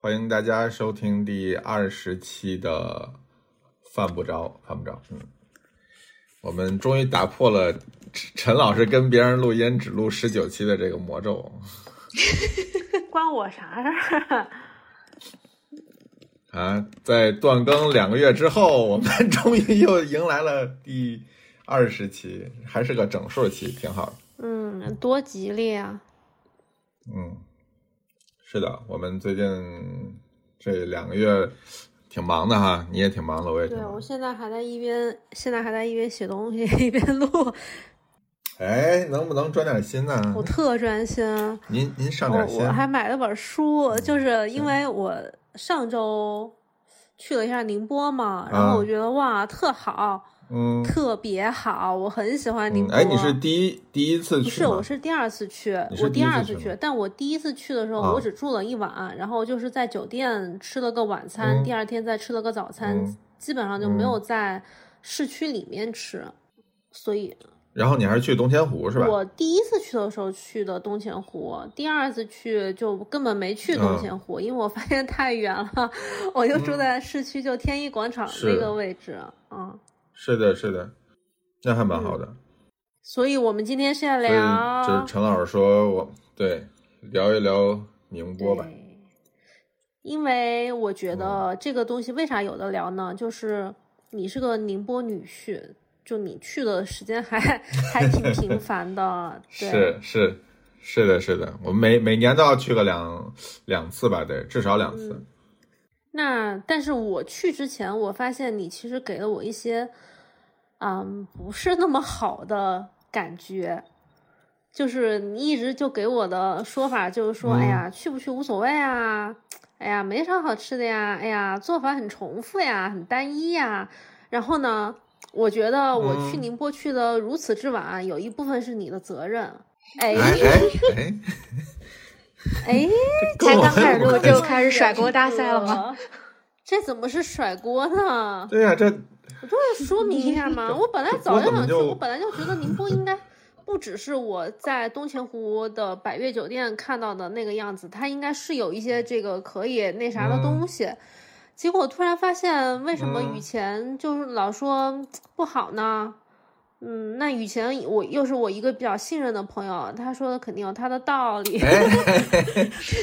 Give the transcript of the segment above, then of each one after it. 欢迎大家收听第二十期的犯不着，犯不着。嗯，我们终于打破了陈陈老师跟别人录音只录十九期的这个魔咒。关我啥事儿啊？ 啊，在断更两个月之后，我们 终于又迎来了第二十期，还是个整数期，挺好的。嗯，多吉利啊！嗯，是的，我们最近这两个月挺忙的哈，你也挺忙的，我也挺对忙我。现在还在一边，现在还在一边写东西 一边录，哎，能不能转点心呢我？特专心。您您上哦嗯我点心嗯我，还买了本书，就是因为我上周去了一下宁波嘛，然啊后我觉得哇，特好，嗯，特别好，我很喜欢宁嗯波。哎，你是第一第一次不去是，吗？我是第二次去，你是我第第一二次次去吗去，但我第一次去的时候，啊我只住了一晚，然后就是在酒店吃了个晚餐，嗯第二天再吃了个早餐，嗯基本上就没有在市区里面吃。所以，然后你还是去东千湖是吧？我第一次去的时候去的东钱湖，第二次去就根本没去东嗯钱湖，因为我发现太远了，我就住在市区，就天一广场是那个位置，嗯。是的，是的，那还蛮好的。所以我们今天是要所以就是嗯聊，陈老师说我对聊一聊宁波吧，嗯对，因为我觉得这个东西为啥有的聊呢？就是你是个宁波女婿，就你去的时间还 还挺频繁的，对，是是是的，是的，我们每每年都要去个两两次吧，对，至少两次。嗯。那但是我去之前，我发现你其实给了我一些，嗯，不是那么好的感觉。就是你一直就给我的说法就是说，哎嗯呀，去不去无所谓啊，哎呀，没啥好吃的呀，哎呀，做法很重复呀，很单一呀。然后呢，我觉得我去嗯宁波去的如此之晚，有一部分是你的责任。哎哎哎哎， 哎，跟我 刚开始录我就开始甩锅大赛了吗吗？这怎么是甩锅呢？对呀、这就是说明一 下嘛，我本来早就想去，我本来就觉得宁波应该不只是我在东钱湖的百悦酒店看到的那个样子，它应该是有一些这个可以那啥的东西。结果突然发现，为什么嗯以前就是老说不好呢？嗯，那以前我又是我一个比较信任的朋友，他说的肯定有他的道理，哎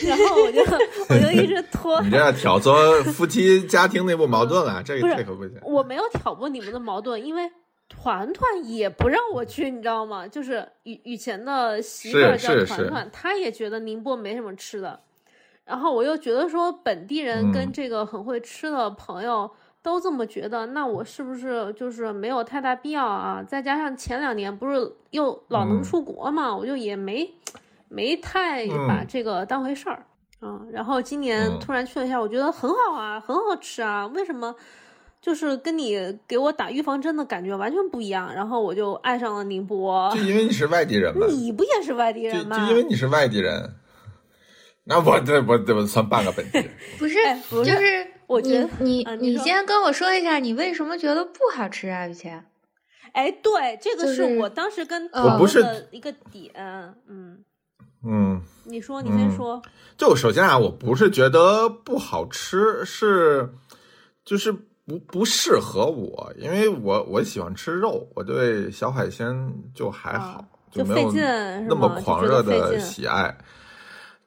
然后我就我就一直拖，你这样挑唆夫妻家庭内部矛盾啊，这不个是这可不行。我没有挑拨你们的矛盾，因为团团也不让我去，你知道吗？就是以以前的媳妇儿是是叫团团，她也觉得宁波没什么吃的，然后我又觉得说本地人嗯跟这个很会吃的朋友。都这么觉得，那我是不是就是没有太大必要啊？再加上前两年不是又老能嗯出国嘛，我就也没没太把嗯这个当回事儿。嗯，然后今年嗯突然去了一下，我觉得很好啊，很好吃啊。为什么？就是跟你给我打预防针的感觉完全不一样。然后我就爱上了宁波就。因为你是外地 人嘛，你不也是外地就人就吗？因为你是外地人， 那我这我这我算半个本地人。不是，哎不就是是我觉得你你啊你你说先跟我说一下，你为什么觉得不好吃啊？雨前哎，对，这个就是是我当时跟我讨不论是的一个点。嗯，嗯，你说，你先嗯说。就首先啊，我不是觉得不好吃，是就是不不适合我，因为我我喜欢吃肉，我对小海鲜就还好，啊就没有费劲是吗那么狂热就觉得的费劲喜爱。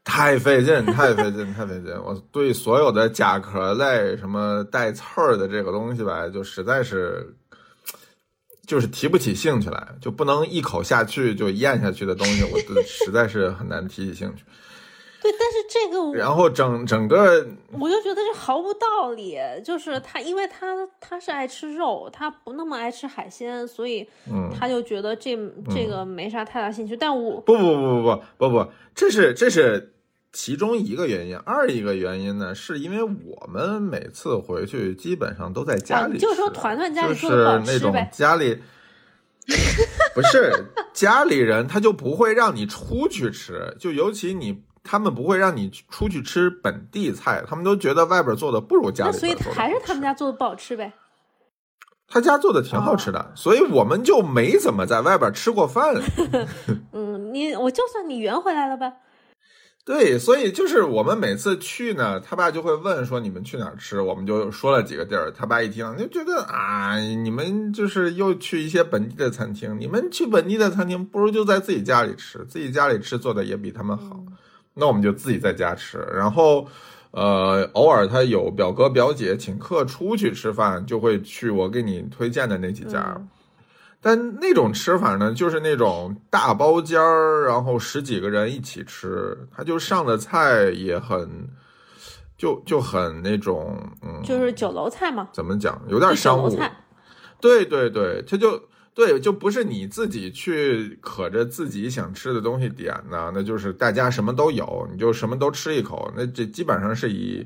太费劲，太费劲，太费劲！我对所有的甲壳类、什么带刺儿的这个东西吧，就实在是，就是提不起兴趣来，就不能一口下去就咽下去的东西，我都实在是很难提起兴趣。对，但是这个我然后整整个我就觉得这毫无道理。就是他，因为他他是爱吃肉，他不那么爱吃海鲜，所以嗯，他就觉得这、这个没啥太大兴趣。但我不不不不不不不，这是这是其中一个原因，二一个原因呢，是因为我们每次回去基本上都在家啊里你吃，就说团团家里就做的不好是吃那种呗家 里。不是家里人，他就不会让你出去吃，就尤其你他们不会让你出去吃本地菜，他们都觉得外边做的不如家那里边所以做的他好吃。还是他们家哦做的不好吃呗。他家做的挺好吃的，所以我们就没怎么在外边吃过饭。嗯，你我就算你圆回来了吧，对，所以就是我们每次去呢，他爸就会问说你们去哪儿吃，我们就说了几个地儿。他爸一听就觉得啊，你们就是又去一些本地的餐厅，你们去本地的餐厅不如就在自己家里吃，自己家里吃做的也比他们好。那我们就自己在家吃，然后呃，偶尔他有表哥表姐请客出去吃饭，就会去我给你推荐的那几家。嗯但那种吃法呢，就是那种大包间儿，然后十几个人一起吃，他就上的菜也很，就就很那种，嗯，就是酒楼菜嘛，怎么讲，有点酒商楼务。菜。对对对，他就对，就不是你自己去可着自己想吃的东西点呢，那就是大家什么都有，你就什么都吃一口。那这基本上是以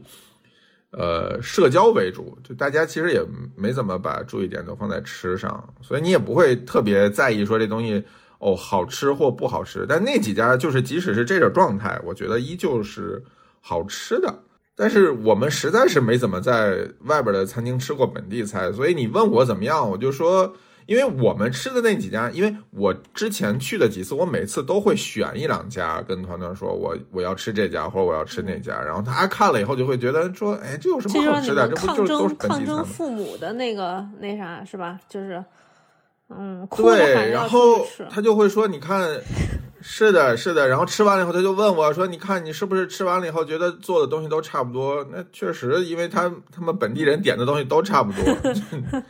呃社交为主，就大家其实也没怎么把注意点都放在吃上，所以你也不会特别在意说这东西。哦，好吃或不好吃，但那几家就是，即使是这种状态，我觉得依旧是好吃的。但是我们实在是没怎么在外边的餐厅吃过本地菜，所以你问我怎么样，我就说，因为我们吃的那几家，因为我之前去的几次，我每次都会选一两家跟团团说我我要吃这家或者我要吃那家，然后他看了以后就会觉得说，哎，这有什这么就好嗯是你吃的？们这不抗就争是都是本抗地菜争吗？父母的那个那啥是吧？就是，嗯，哭着喊对，着然要出后去吃。他就会说，你看。是的，是的，然后吃完了以后，他就问我说：“你看，你是不是吃完了以后觉得做的东西都差不多？”那确实，因为他他们本地人点的东西都差不多，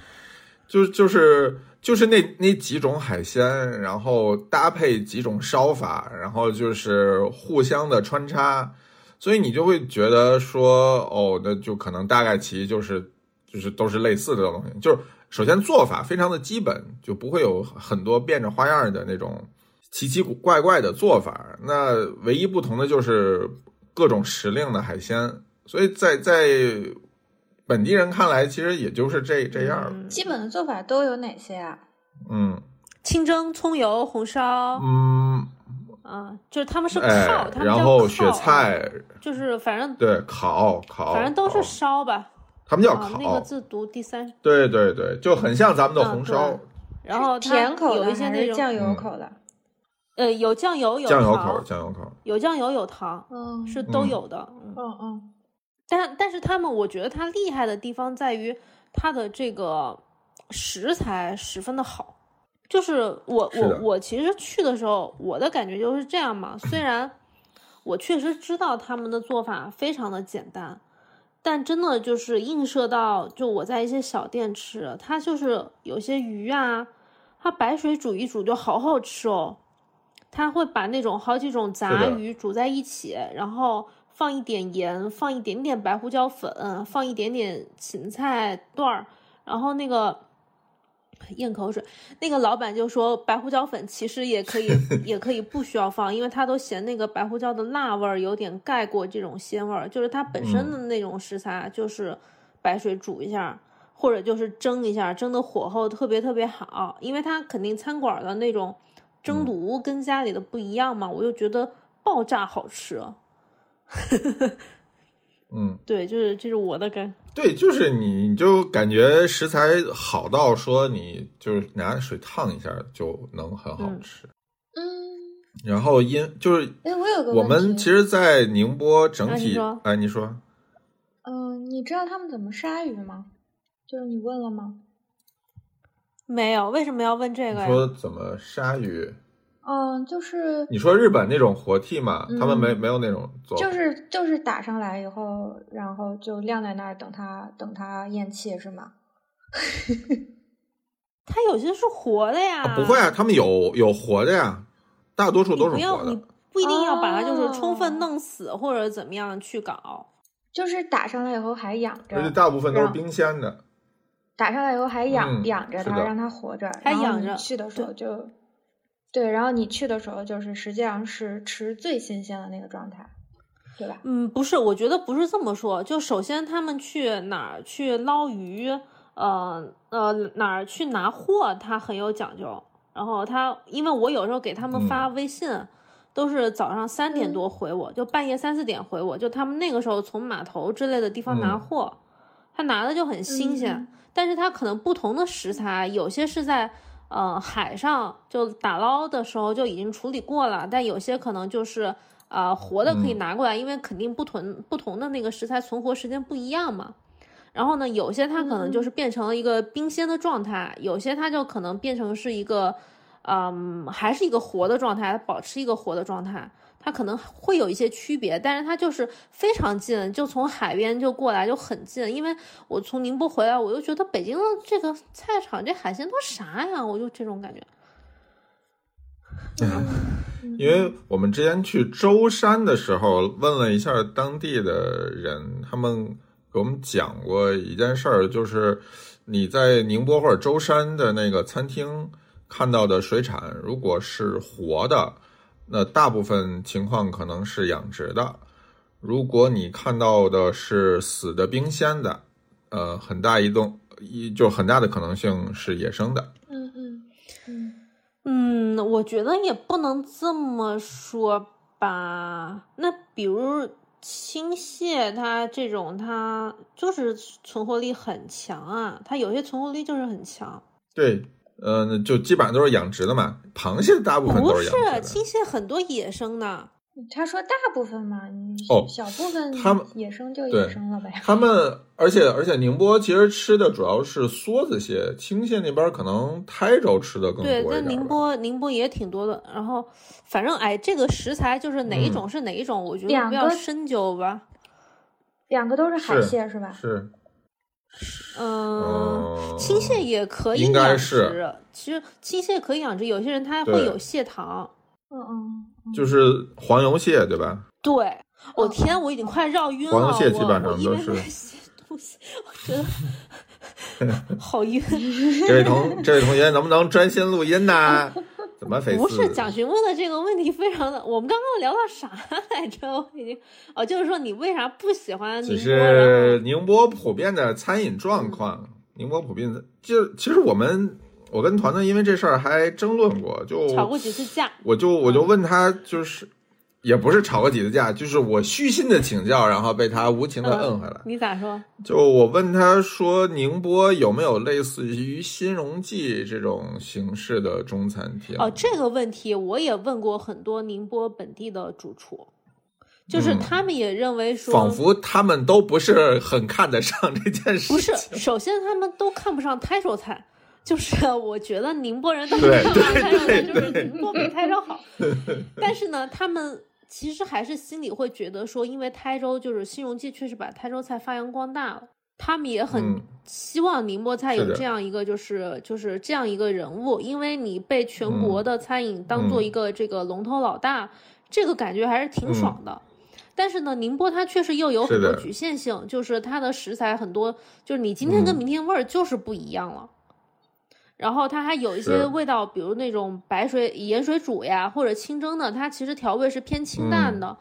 就就是就是那那几种海鲜，然后搭配几种烧法，然后就是互相的穿插，所以你就会觉得说，哦，那就可能大概其就是就是都是类似的东西，就是首先做法非常的基本，就不会有很多变着花样的那种奇奇怪怪的做法。那唯一不同的就是各种时令的海鲜，所以在在本地人看来，其实也就是这这样了。嗯基本的做法都有哪些啊？嗯清蒸、葱油、红烧，嗯，啊，就是他们哦是哎靠，，他们叫然后靠啊雪，菜，就是反正对，烤烤，反正都是烤烧吧，他们叫啊，那烤个，字读第三，对对对，就很像咱们的嗯红对烧，然后它甜口有的一些还那是种酱油嗯口的？呃有酱油有酱油糖口，酱油口，有酱油有糖嗯是都嗯有的，嗯嗯嗯，但但是他们，我觉得他厉害的地方在于他的这个食材十分的好。就是我是我的我其实去的时候，我的感觉就是这样嘛。虽然我确实知道他们的做法非常的简单，但真的就是映射到就我在一些小店吃，它就是有些鱼啊，它白水煮一煮就好好吃哦。它会把那种好几种是杂的鱼煮在一起，然后放一点盐，放一点点白胡椒粉，放一点点芹菜段儿，然后那个咽口水，那个老板就说白胡椒粉其实也 可以，也可以不需要放，因为他都嫌那个白胡椒的辣味儿有点盖过这种鲜味儿，就是它本身嗯的那种食材，啊就是白水煮一下。或者就是蒸一下，蒸的火候特别特别好，因为它肯定餐馆的那种嗯蒸炉跟家里的不一样嘛，我就觉得爆炸好吃。哦嗯， 对，就是这是我的感，对，就是你你就感觉食材好到说你就是拿水烫一下就能很好嗯吃，嗯，然后因就是哎，我有个我问们题其实，在宁波整啊你体说，哎，你说。嗯，你知道他们怎么杀鱼吗？就是你问了吗？没有，为什么要问这你个呀？说怎么杀鱼？嗯，就是你说日本那种活剔嘛，嗯他们没没有那种做法，就是就是打上来以后，然后就晾在那儿等它等它咽气是吗？它有些是活的呀，啊不会啊，他们有有活的呀，大多数你都不是要活你的。不一定要把它就是充分哦弄死或者怎么样去搞。就是打上来以后还养而且着，大部分都是让冰鲜的，打上来以后还养、嗯养着是它，的让它活着，还然后养你着去的时候就对，然后你去的时候就是实际上是吃最新鲜的那个状态，对吧？嗯，不是，我觉得不是这么说。就首先他们去哪儿去捞鱼，呃呃，哪儿去拿货，他很有讲究。然后他，因为我有时候给他们发嗯微信，都是早上三点嗯多回我，就半夜三四点回我，就他们那个时候从码头之类的地方拿嗯货，他拿的就很新鲜。嗯但是它可能不同的食材，有些是在呃海上就打捞的时候就已经处理过了，但有些可能就是啊，活的可以嗯拿过来，因为肯定不同不同的那个食材存活时间不一样嘛。然后呢，有些它可能就是变成了一个冰鲜的状态，有些它就可能变成是一个，嗯，还是一个活的状态，保持一个活的状态，它可能会有一些区别，但是它就是非常近，就从海边就过来就很近。因为我从宁波回来，我又觉得北京的这个菜场这海鲜都啥呀，我就这种感觉。因为我们之前去舟山的时候，问了一下当地的人，他们给我们讲过一件事儿，就是你在宁波或者舟山的那个餐厅看到的水产，如果是活的，那大部分情况可能是养殖的；如果你看到的是死的冰鲜的，呃，很大一动一就很大的可能性是野生的。嗯嗯嗯嗯，我觉得也不能这么说吧。那比如青蟹，它这种它就是存活力很强啊，它有些存活力就是很强。对，呃，那就基本上都是养殖的嘛。螃蟹大部分不都养殖是，的。青蟹很多野生的，嗯，他说大部分嘛，你哦小部分他们野生就对野生了呗。他们，而且而且宁波其实吃的主要是梭子蟹，青蟹那边可能台州吃的更多对，一点在儿吧。宁波宁波也挺多的。然后反正哎，这个食材就是哪一嗯种是哪一种，我觉得两不要个深究吧。两个都是海是蟹是吧？是，嗯。嗯，青蟹也可以应该养是殖，其实青蟹可以养殖，有些人他会对有蟹糖，嗯嗯，就是黄油蟹对吧？对，我嗯天，我已经快绕晕了。哦黄我油蟹基本上我一都边是在写东西，我 觉得好晕。这位 同这位同学能不能专心录音呐？怎么匪不丝是蒋询问的这个问题非常的，我们刚刚聊到啥来着？我已经哦，就是说你为啥不喜欢只宁波？然是后宁波普遍的餐饮状况，宁波普遍的，就其实我们我跟团团因为这事儿还争论过，就吵过几次架？我就我嗯就问他，就是也不是吵过几次架，就是我虚心的请教，然后被他无情的嗯摁回来。你咋说？就我问他说，宁波有没有类似于新荣记这种形式的中餐厅？哦，这个问题我也问过很多宁波本地的主厨，就是嗯他们也认为说，仿佛他们都不是很看得上这件事。不是，首先他们都看不上台州菜， 就是我觉得宁波人都对看不上台州菜，对就是宁波比台州好。 但是呢，他们其实还是心里会觉得说，因为台州就是新荣记确实把台州菜发扬光大了。他们也很嗯希望宁波菜是有的这样一个，就是就是这样一个人物，因为你被全国的餐饮当做嗯一个这个龙头老大，这个感觉还是挺爽的。但是呢，宁波它确实又有是很多的局限性，就是它的食材很多，就是你今天跟嗯明天味儿就是不一样了。然后它还有一些是味道，比如那种白水盐水煮呀，或者清蒸的，它其实调味是偏清淡的。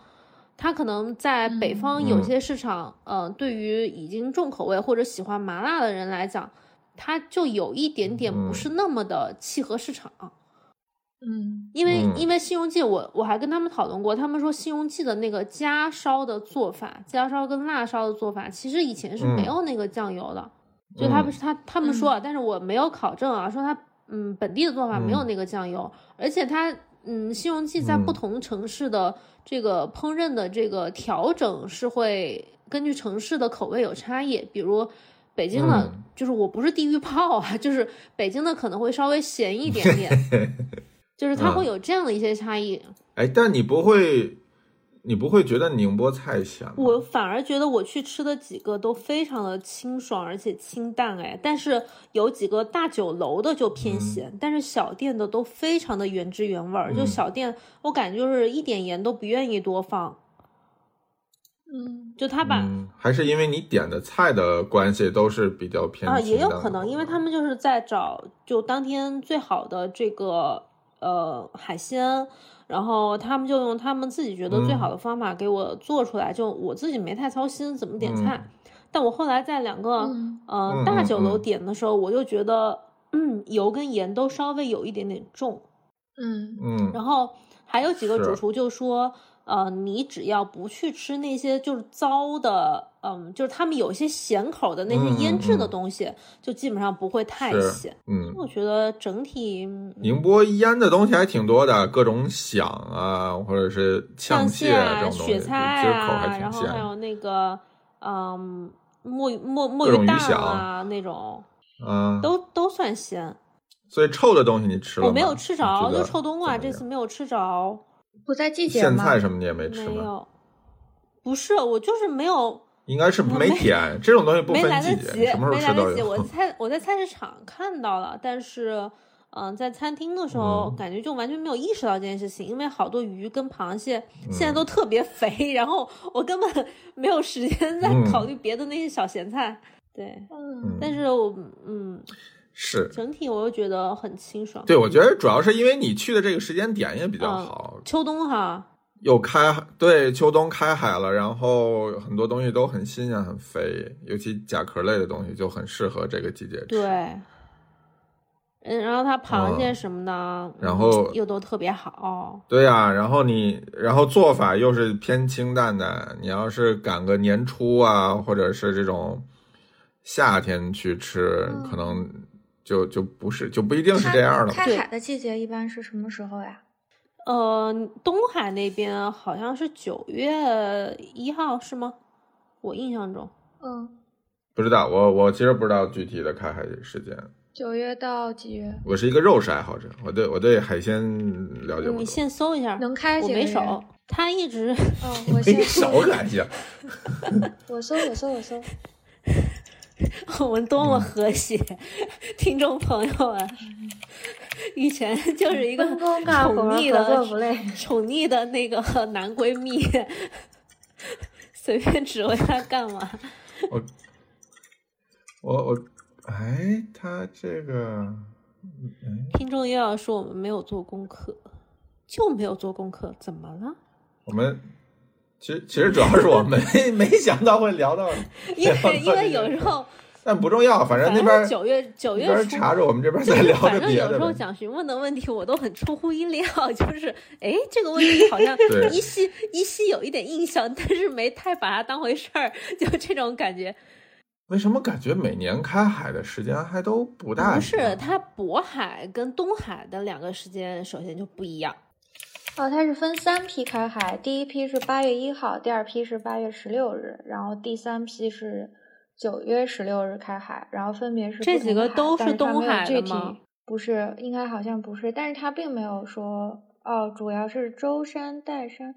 它可能在北方有嗯些市场，呃，对于已经重口味或者喜欢麻辣的人来讲，它就有一点点不嗯是那么的契合市场。嗯因为嗯因为《西游记》，我我还跟他们讨论过，他们说《西游记》的那个加烧的做法，加烧跟辣烧的做法，其实以前是没嗯有那个酱油的，就他们他他们说，但是我没有考证啊，说他嗯本地的做法没有嗯那个酱油，而且他嗯《西游记》在不嗯同城市的这个烹饪的这个调整是会根据城市的口味有差异，比如。北京的，嗯就是我不是地狱炮啊，就是北京的可能会稍微咸一点点， 就是它嗯会有这样的一些差异。哎，但你不会，你不会觉得宁波菜咸吗？我反而觉得我去吃的几个都非常的清爽，而且清淡哎，但是有几个大酒楼的就偏咸，但是小店的都非常的原汁原味儿。就嗯小店，我感觉就是一点盐都不愿意多放，嗯就他把、嗯，还是因为你点的菜的关系都是比较偏啊，也有清淡可的能，因为口味他们就是在找就当天最好的这个呃海鲜，然后他们就用他们自己觉得最嗯好的方法给我做出来，就我自己没太操心怎么点嗯菜，但我后来在两个、嗯呃嗯大嗯酒楼嗯点的时候，我就觉得嗯油跟盐都稍微有一点点重，嗯嗯，然后还有几个主是厨就说，呃，你只要不去吃那些就是糟的，嗯，就是他们有一些咸口的那嗯嗯些腌制的嗯东西，就基本上不会太是咸。嗯，我觉得整体嗯宁波腌的东西还挺多的，各种响啊，或者是酱蟹啊、这种东西，雪其实口菜啊，还挺然后还鲜。有那个嗯墨鱼墨墨各种鱼鱼蛋响啊那种，嗯，都都算咸。所以臭的东西你吃了吗？我没有吃着，你觉就得臭冬怎瓜么这样次没有吃着，不在季节嗯苋吗菜？什么嗯你也没吃没吗？有。不是，我就是没有应该是我没没点，这种东西不没分来得季及节，你什，么时候没来吃都得 及。我有。菜我在菜市场看到了，但是，嗯、在餐厅的时候、嗯感觉就完全没有意识到这件事情，因为好多鱼跟螃蟹嗯现在都特别肥， 然后我根本 没有时间再嗯考虑别的那些小咸菜。对，嗯，但是我嗯，是，整体我又觉得很清爽。对，我觉得主要是因为你去的这个时间点也比较嗯好，秋冬哈，又开海对秋冬开海了，然后很多东西都很新啊鲜很肥，尤其甲壳类的东西就很适合这个季节吃。对，嗯，然后它螃蟹嗯什么的，然嗯后又都特别好。对呀、然后你，然后做法又是偏清淡的。你要是赶个年初啊，或者是这种夏天去吃，嗯可能就就不是，就不一定是开这样了吧。开对海的季节一般是什么时候呀？呃，东海那边好像是九月一号是吗？我印象中，嗯，不知道，我我其实不知道具体的开海时间。九月到几月？我是一个肉食爱好者，我对我对海鲜了解不嗯多。你先搜一下，能开我几个没月？手，他一直哦，我没先哎少感觉，我搜，我搜，我搜。我们多么和谐， 听众朋友们， 以前就是一个分嗯工干活，宠溺合作的不累。宠溺的那个 男闺蜜，随便指挥他干嘛？我我我，哎，他这个，听众又要说我们没有做功课，就没有做功课，怎么了？ 我们其实其实主要是我没 没想到会聊到，因为因为有时候。但不重要，反正那反边正九月九那月边初，查着我们这边就在是聊反着正别有的时候呗。蒋询问的问题，我都很出乎意料， 就是哎，这个问题好像对依稀依稀有一点印象，但是没太把它当回事儿， 就这种感觉。为什么感觉每年开海的时间还都不大不一样？是，它渤海跟东海的两个时间首先就不一样。哦，它是分三批开海，第一批是八月一号，第二批是八月十六日，然后第三批是九月十六日开海，然后分别是不这同几个海都但是是它东没有海的具体吗不是，应该好像不是，但是它并没有说哦，主要是舟山、岱山，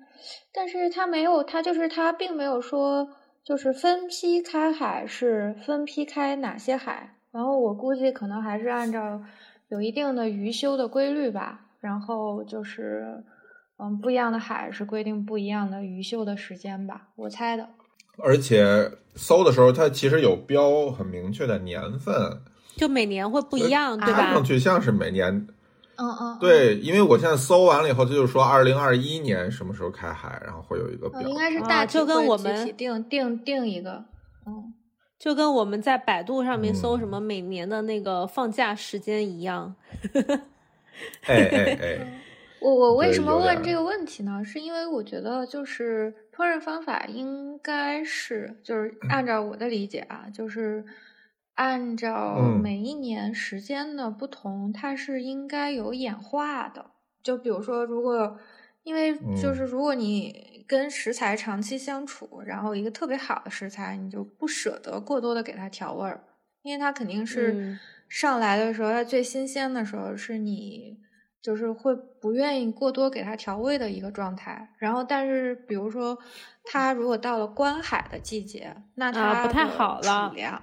但是它没有，它就是它并没有说就是分批开海是分批开哪些海，然后我估计可能还是按照有一定的鱼休的规律吧，然后就是嗯不一样的海是规定不一样的鱼休的时间吧，我猜的。而且搜的时候，它其实有标很明确的年份，就每年会不一样，嗯对看吧上？去像是每年嗯嗯，嗯，对，因为我现在搜完了以后，它就说二零二一年什么时候开海，然后会有一个表嗯，。应该是啊大体就跟会我集们体定定定一个，嗯。就跟我们在百度上面搜嗯什么每年的那个放假时间一样。哎哎 哎，我我为对什么有点问儿这个问题呢？是因为我觉得就是烹饪方法应该是就是嗯按照我的理解啊，就是按照嗯每一年时间的不同，它是应该有演化的。就比如说，如果因为就嗯是如果你跟食材长期相处，然后一个特别好的食材，你就不舍得过多的给它调味儿，因为它肯定嗯是上来的时候，它最新鲜的时候是你就是会不愿意过多给它调味的一个状态。然后，但是比如说，它如果到了观海的季节，那它啊不太的好储了粮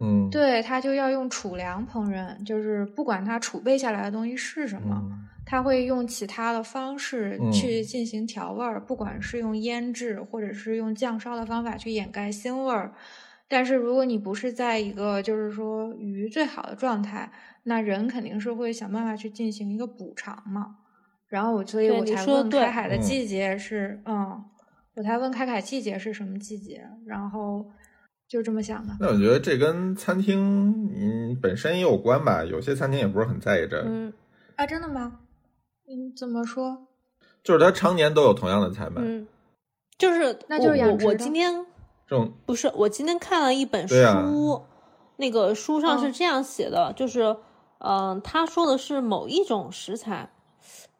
嗯，，对，它就要用储粮烹饪，就是不管它储备下来的东西是什么，嗯，它会用其他的方式嗯去进行调味儿，不管是用腌制或者是用酱烧的方法去掩盖腥味儿。但是如果你不是在一个就是说鱼最好的状态，那人肯定是会想办法去进行一个补偿嘛。然后我所以对我你才说问得对开海的嗯季节是嗯，我才问开海季节是什么季节，然后就这么想的。那我觉得这跟餐厅嗯本身也有关吧，有些餐厅也不是很在意这。嗯，啊，真的吗？嗯，怎么说？就是它常年都有同样的菜卖，嗯，就是那就是养殖我我的今天这种不是我今天看了一本对啊书，那个书上是嗯这样写的，就是嗯、呃他说的是某一种食材。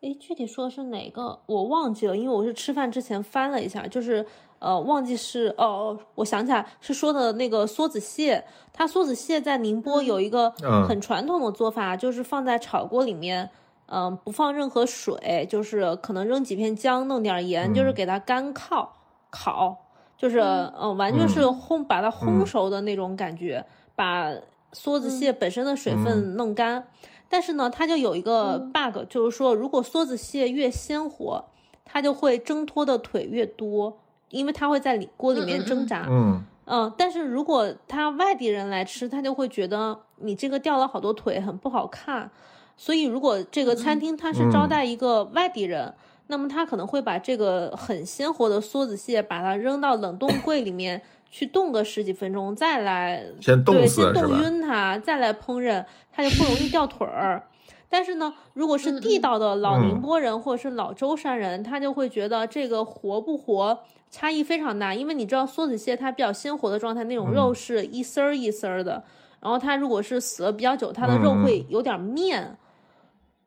诶，具体说的是哪个我忘记了，因为我是吃饭之前翻了一下，就是呃，忘记是哦哦，我想起来是说的那个梭子蟹，它梭子蟹在宁波有一个嗯很传统的做法，就是放在炒锅里面，嗯、不放任何水，就是可能扔几片姜，弄点盐，就是嗯给它干烤烤，就是嗯呃，完全是嗯烘把它烘嗯熟的那种感觉，把梭嗯子蟹本身的水分嗯弄干。但是呢，它就有一个嗯 bug，、就是说，如果梭子蟹越鲜活，它就会挣脱的腿越多，因为它会在里锅里面嗯嗯挣嗯扎。嗯嗯，但是如果他外地人来吃，他就会觉得你这个掉了好多腿，很不好看。所以，如果这个餐厅它是招嗯待一个外地人，那么他可能会把这个很鲜活的梭子蟹，把它扔到冷冻柜里面去冻个十几分钟，再来先冻对，死先是冻吧？晕它，再来烹饪，它就不容易掉腿儿。但是呢，如果是地道的老嗯宁波人或者是老舟山人，他就会觉得这个活不活差异非常大，因为你知道梭子蟹它比较鲜活的状态，那种嗯肉是一丝儿一丝儿的，然后它如果是死了比较久，它的肉嗯嗯会有点面，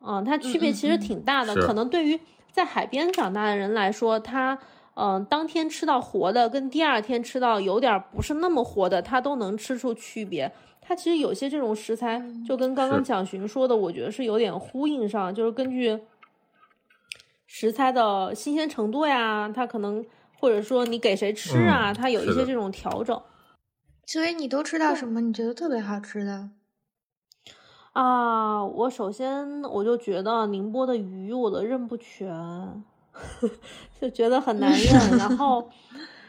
嗯它区别其实挺大的。是可能对于在海边长大的人来说，它嗯、呃当天吃到活的跟第二天吃到有点不是那么活的，它都能吃出区别。它其实有些这种食材，就跟刚刚是蒋寻说的，我觉得是有点呼应上，就是根据食材的新鲜程度呀，它可能或者说你给谁吃嗯啊，它有一是些的这种调整所以你都吃到什么？你觉得特别好吃的？啊。我首先我就觉得宁波的鱼我都认不全， 就觉得 很难认。然后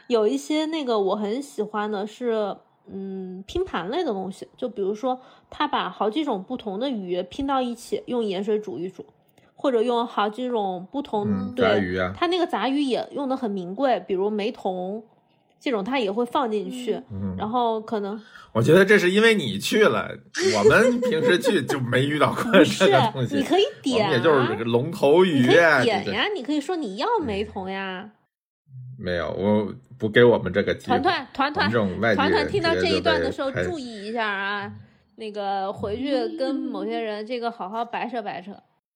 有一些那个我很喜欢的是，嗯，拼盘类的东西，就比如说他把好几种不同的鱼拼到一起，用盐水煮一煮，或者用好几种不同、嗯对杂鱼啊他那个杂鱼也用的很名贵，比如梅童这种，他也会放进去。嗯，然后可能我觉得这是因为你去了，我们平时去就没遇到过不 这是个东，西你。可以我点、们啊，也就是龙头你鱼可以啊，这点这呀，你可以说你要梅童呀。没有，我不给我们这个机会。团团我团们团这种外地团团人听到直接这一就段被的时候，开注意一下啊，那个回去跟某些人这个好好白扯白扯，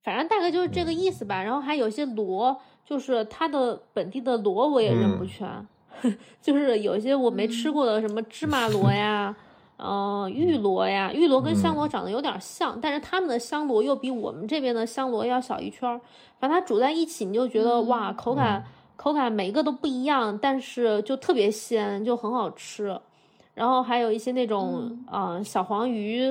反正大概就是嗯这个意思吧。然后还有一些螺，就是它的本地的螺我也认不嗯全， 就是有一些我没吃过的，什么芝麻螺呀。嗯、玉螺呀，玉螺跟嗯香螺长得有点像，但是它们的香螺又比我们这边的香螺要小一圈儿，把它煮在一起，你就觉得、嗯哇，口感、口感每一个都不一样，但是就特别鲜，就很好吃。然后还有一些那种嗯啊、呃小黄鱼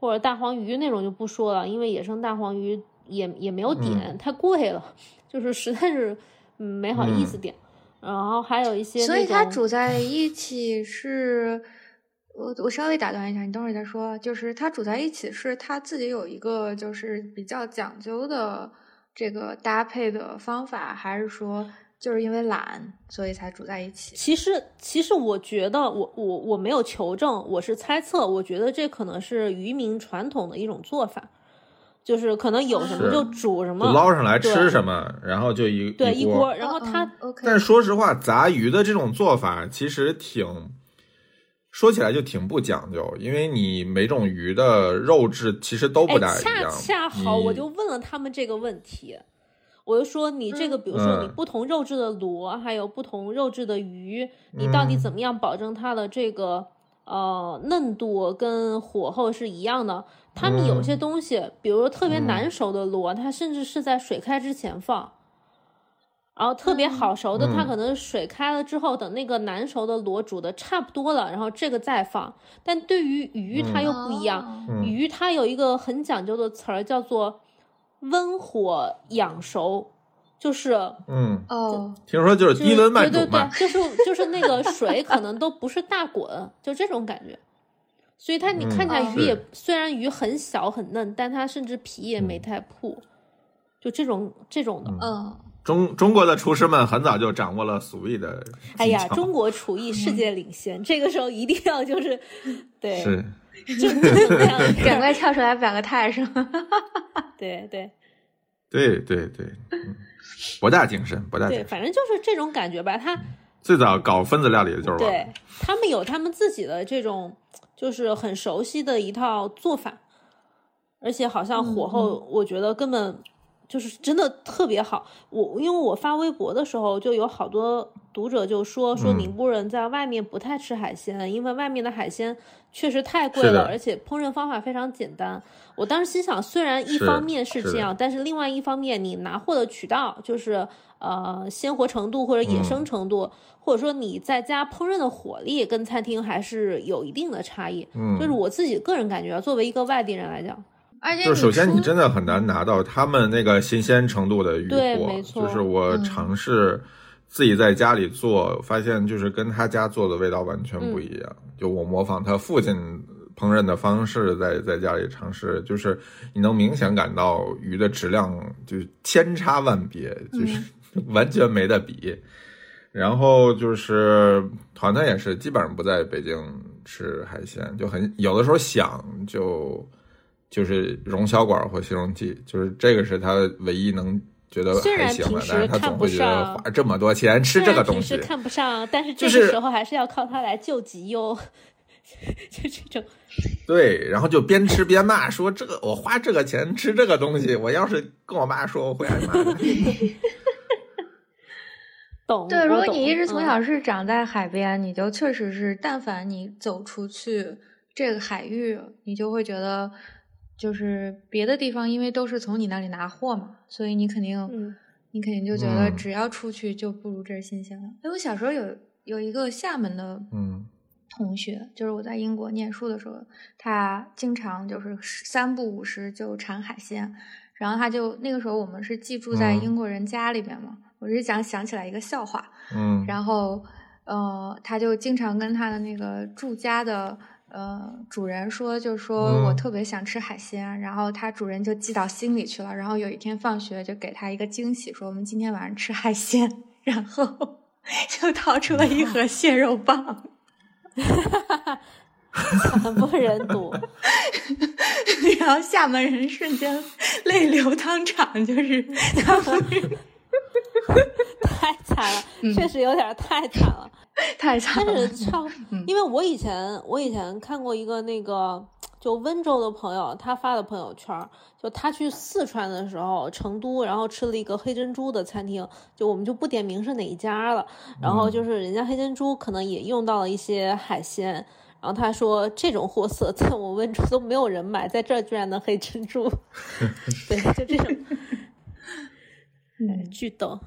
或者大黄鱼那种就不说了，因为野生大黄鱼也也没有点，太贵了， 就是实在是嗯没好意思点。然后还有一些那种，所以它煮在一起是，我我稍微打断一下，你等会儿再说。就是它煮在一起是它自己有一个就是比较讲究的这个搭配的方法，还是说就是因为懒所以才煮在一起？其实，其实我觉得我，我我没有求证，我是猜测。我觉得这可能是渔民传统的一种做法，就是可能有什么是就煮什就么，捞上来吃对什么，然后就一对一一锅锅，。然后它、嗯嗯 OK，但说实话，杂鱼的这种做法其实挺，说起来就挺不讲究，因为你每种鱼的肉质其实都不哎，大一恰样。嗯恰好，我你就问了他们这个问题，我就说你这个，嗯比如说你嗯不同肉质的螺，还有不同肉质的鱼，你到底嗯怎么样保证它的这个呃嫩度跟火候是一样的？他们有些嗯东西，比如说特别嗯难熟的螺，它甚至是在水开之前放。然后特别好熟的，它嗯可能水开了之后，等那个难熟的螺煮的差不多了，然后这个再放。但对于鱼，它嗯又不一样，哦嗯鱼它有一个很讲究的词儿，叫做温火养熟，就是嗯，哦，听说就是就低是温慢对煮对慢，对，就是就是那个水可能都不是大滚，就这种感觉。所以它你嗯看起来哦鱼也、是虽然鱼很小很嫩，但它甚至皮也没嗯太破，就这种这种的。嗯，中中国的厨师们很早就掌握了俗艺的技巧。哎呀，中国厨艺世界领先，这个时候一定要就是，对，是就是那样一赶个， 快跳出来摆个态是吗？ 对对。对对对，嗯博大精深，博大精对，深。反正就是这种感觉吧。他最早搞分子料理的就是我，对他们有他们自己的这种，就是很熟悉的一套做法，而且好像火候，我觉得根本就是真的特别好。我因为我发微博的时候，就有好多读者就说说嗯宁波人在外面不太吃海鲜，因为外面的海鲜确实太贵是的了，而且烹饪方法非常简单。我当时心想，虽然一是方面是是这的样，但是另外一方面，你拿货的渠道就是呃鲜活程度或者野嗯生程度，或者说你在家烹饪的火力，跟餐厅还是有一定的差异。嗯，就是我自己个人感觉，啊作为一个外地人来讲，而且就是首先，你出真的很难拿到他们那个新鲜程度的鱼嗯对货没。错就是我嗯尝试自己在家里做，发现就是跟他家做的味道完全嗯不一样。就我模仿他父亲烹饪的方式在，在家里尝试，就是你能明显感到鱼的质量就是千差万别，就是、嗯 完全没得比。然后就是团团也是基本上不在北京吃海鲜，就很有的时候想就就是荣小馆或西荣记，就是这个是他唯一能觉得虽然还行平的，时但是他总会觉看不得上花这么多钱吃这个东虽西然平时，看不上，但是这就个是时候还是要靠它来救急哟。 就这种，对，然后就边吃边骂，说这个我花这个钱吃这个东西，我要是跟我妈说，我会挨骂的。 懂对，如我果懂你一直从嗯小是长在海边，你就确实是，但凡你走出去这个海域，你就会觉得，就是别的地方，因为都是从你那里拿货嘛，所以你肯定，嗯你肯定就觉得嗯只要出去就不如这儿新鲜了。哎，我小时候有有一个厦门的嗯同学，就是我在英国念书的时候，他经常就是十三不五时就馋海鲜，然后他就那个时候我们是寄住在嗯英国人家里边嘛，我是想想起来一个笑话。嗯，然后呃，他就经常跟他的那个住家的呃主人说，就说我嗯？特别想吃海鲜，然后他主人就记到心里去了。然后有一天放学就给他一个惊喜，说我们今天晚上吃海鲜，然后 就掏出了一盒蟹肉棒。 惨不忍睹。然后厦门人瞬间泪流当场，就是他们是太惨了，嗯确实有点太惨了。太惨但了是。差不 嗯，因为我以前我以前看过一个那个，就温州的朋友他发的朋友圈儿，就他去四川的时候，成都，然后吃了一个黑珍珠的餐厅，就我们就不点名是哪一家了。然后嗯就是人家黑珍珠可能也用到了一些海鲜，然后他说这种货色在我温州都没有人买，在这儿居然能黑珍珠， 对，就这 种嗯巨逗。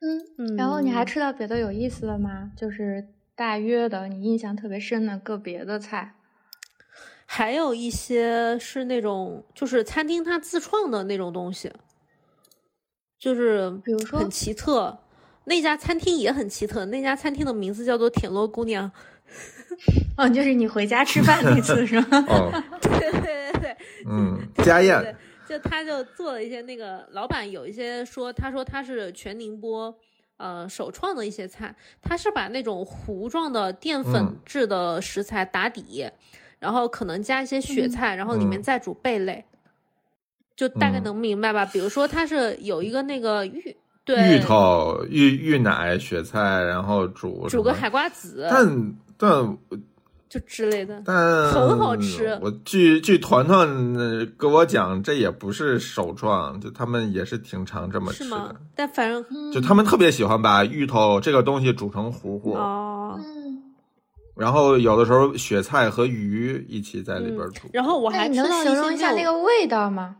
嗯，嗯，然后你还吃到别的有意思的吗？就是大约的，你印象特别深的个别的菜。还有一些是那种就是餐厅它自创的那种东西，就是比如说很奇特。那家餐厅也很奇特，那家餐厅的名字叫做铁罗姑娘。 哦，就是你回家吃饭那 次是吗哦，对对对对， 嗯，家宴，对，就他就做了一些那个老板有一些说，他说他是全宁波呃首创的一些菜，他是把那种糊状的淀粉嗯质的食材打底，然后可能加一些雪菜，然后里面嗯再煮贝类，就大概嗯能明白吧？比如说他是有一个那个芋，对，芋头、芋芋奶、雪菜，然后煮煮个什么海瓜子，但但就之类的。但嗯很好吃我据据团团呃跟我讲，这也不是首创，就他们也是挺常这么吃是吗的。？但反正 就他们特别喜欢把芋头这个东西煮成糊糊，哦，嗯，然后有的时候雪菜和鱼一起在里边煮。嗯然后我那还你吃能到形些容一下肉那个味道吗？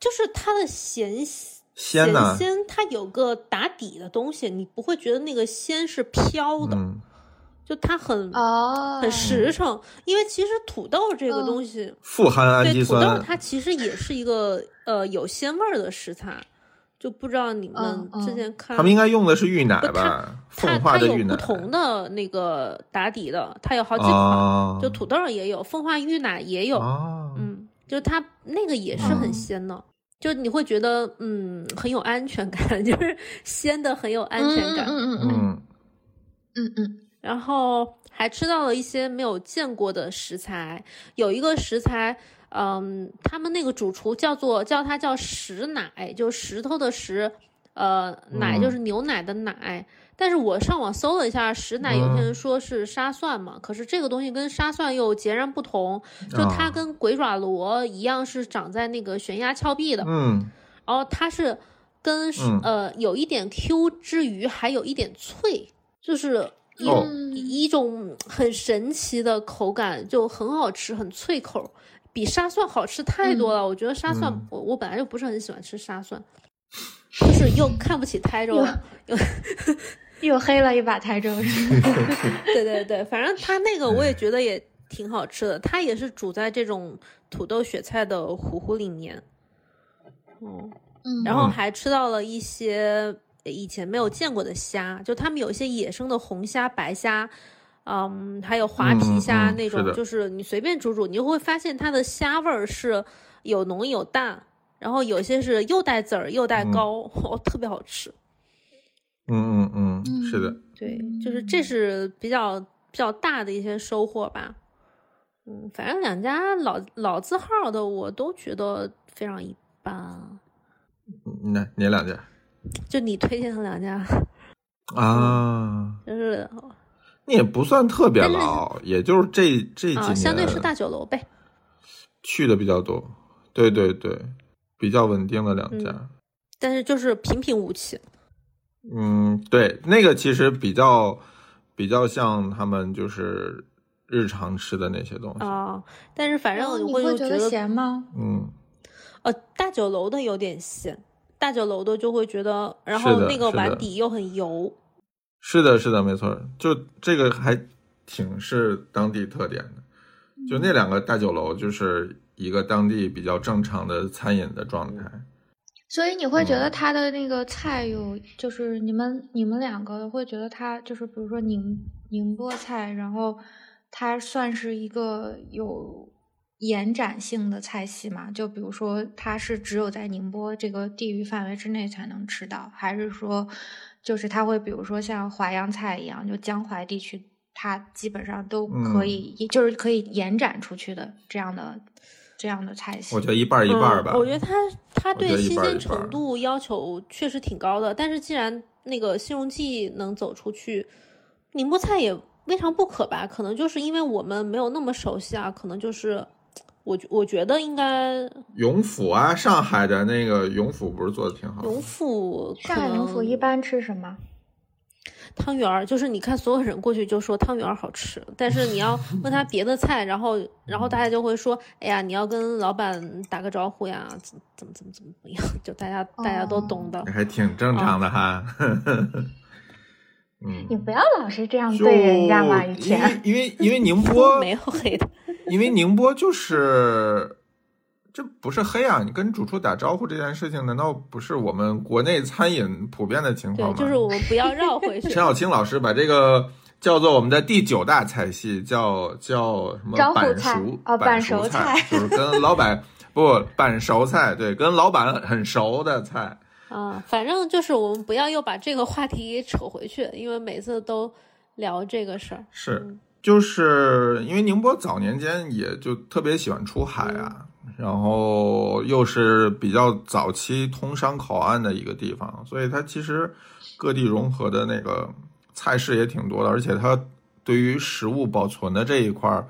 就是它的咸鲜呢？咸它有个打底的东西，你不会觉得那个鲜是飘的，嗯，就它很、哦很实诚。因为其实土豆这个嗯东西，富含氨基对土豆酸。它其实也是一个呃有鲜味儿的食材，就不知道你们嗯嗯之前看。他们应该用的是芋奶不吧？它奉化它的有芋不奶。同的那个打底的，它有好几款，哦，就土豆也有，凤化芋奶也有，哦，嗯，就它那个也是嗯很鲜的，就你会觉得嗯很有安全感， 就是鲜的很有安全感。嗯嗯嗯嗯嗯嗯然后还吃到了一些没有见过的食材，有一个食材，嗯，他们那个主厨叫做叫它叫石奶，就石头的石，呃，嗯奶就是牛奶的奶。但是我上网搜了一下，石奶嗯有些人说是沙蒜嘛，可是这个东西跟沙蒜又截然不同，就它啊跟鬼爪螺一样是长在那个悬崖峭壁的，嗯然后它是跟是、嗯呃有一点 Q 之余，还有一点脆，就是一、哦嗯一种很神奇的口感，就很好吃，很脆口，比沙蒜好吃太多了。我觉得沙蒜，嗯我我本来就不是很喜欢吃沙蒜，就是又看不起台州哟。又黑了一把台州市。对对对，反正它那个我也觉得也挺好吃的，它也是煮在这种土豆雪菜的糊糊里面。嗯。嗯然后还吃到了一些以前没有见过的虾，就他们有一些野生的红虾、白虾，嗯，还有滑皮虾嗯嗯嗯那是种，的就是你随便煮煮，你就会发现它的虾味儿是有浓有淡，然后有些是又带籽儿又带嗯膏， 哦，特别好吃。嗯嗯嗯，是的，对，就是嗯这是比较比较大的一些收获吧。嗯，反正两家老老字号的我都觉得非常一般，那哪两家就你推荐的两家，啊？就是你也不算特别老，也就是这这几啊，年相对是大酒楼呗。去的比较多，对对对，比较稳定的两家。但是就是平平无奇，嗯，对，那个其实比较比较像他们就是日常吃的那些东西。啊，但是反然后正哦你你会就觉觉得得，咸吗？嗯，呃，大酒楼的有点咸，大酒楼的就会觉得，然是后的那个是的碗底又很油，是的，是的，没错，就这个还挺是当地特点的。就那两个大酒楼，就是一个当地比较正常的餐饮的状态。嗯所以你会觉嗯得它的那个菜有，就是你们你们两个会觉得它就是，比如说宁宁波菜，然后它算是一个有延展性的菜系嘛？就比如说它是只有在宁波这个地域范围之内才能吃到，还是说就是它会比如说像淮扬菜一样，就江淮地区它基本上都可嗯以，就是可以延展出去的这样的这样的菜系。我觉得一半儿一半儿吧。嗯。我觉得他他我觉对得一新半儿鲜一半儿程度要求确实挺高的，但是既然那个新荣记能走出去，宁波菜也未尝不可吧？可能就是因为我们没有那么熟悉啊，可能就是我觉我觉得应哦该永府啊，上海的那个永府不是做的挺好的荣府可上海能农府一般吃什么？汤圆儿，就是你看所有人过去就说汤圆儿好吃，但是你要问他别的菜，然后然后大家就会说，哎呀，你要跟老板打个招呼呀，怎怎么怎么怎么怎么样，就大家大家都懂哦的。还挺正常的哈。 嗯，你不要老是这样就对人家嘛，雨因为前。因为因为 宁波我没有黑的，因为宁波就是，这不是黑啊！你跟主厨打招呼这件事情，难道不是我们国内餐饮普遍的情况对，吗？就是我们不要绕回 去陈。小青老师把这个叫做我们的第九大菜系，叫叫什么招呼板菜熟板哦板熟菜菜，就是跟老板不板熟菜，对，跟老板很熟的菜。啊，反正就是我们不要又把这个话题扯回去，因为每次都聊这个事儿。是，就是因为宁波早年间也就特别喜欢出海啊，然后又是比较早期通商口岸的一个地方，所以它其实各地融合的那个菜式也挺多的，而且它对于食物保存的这一块儿。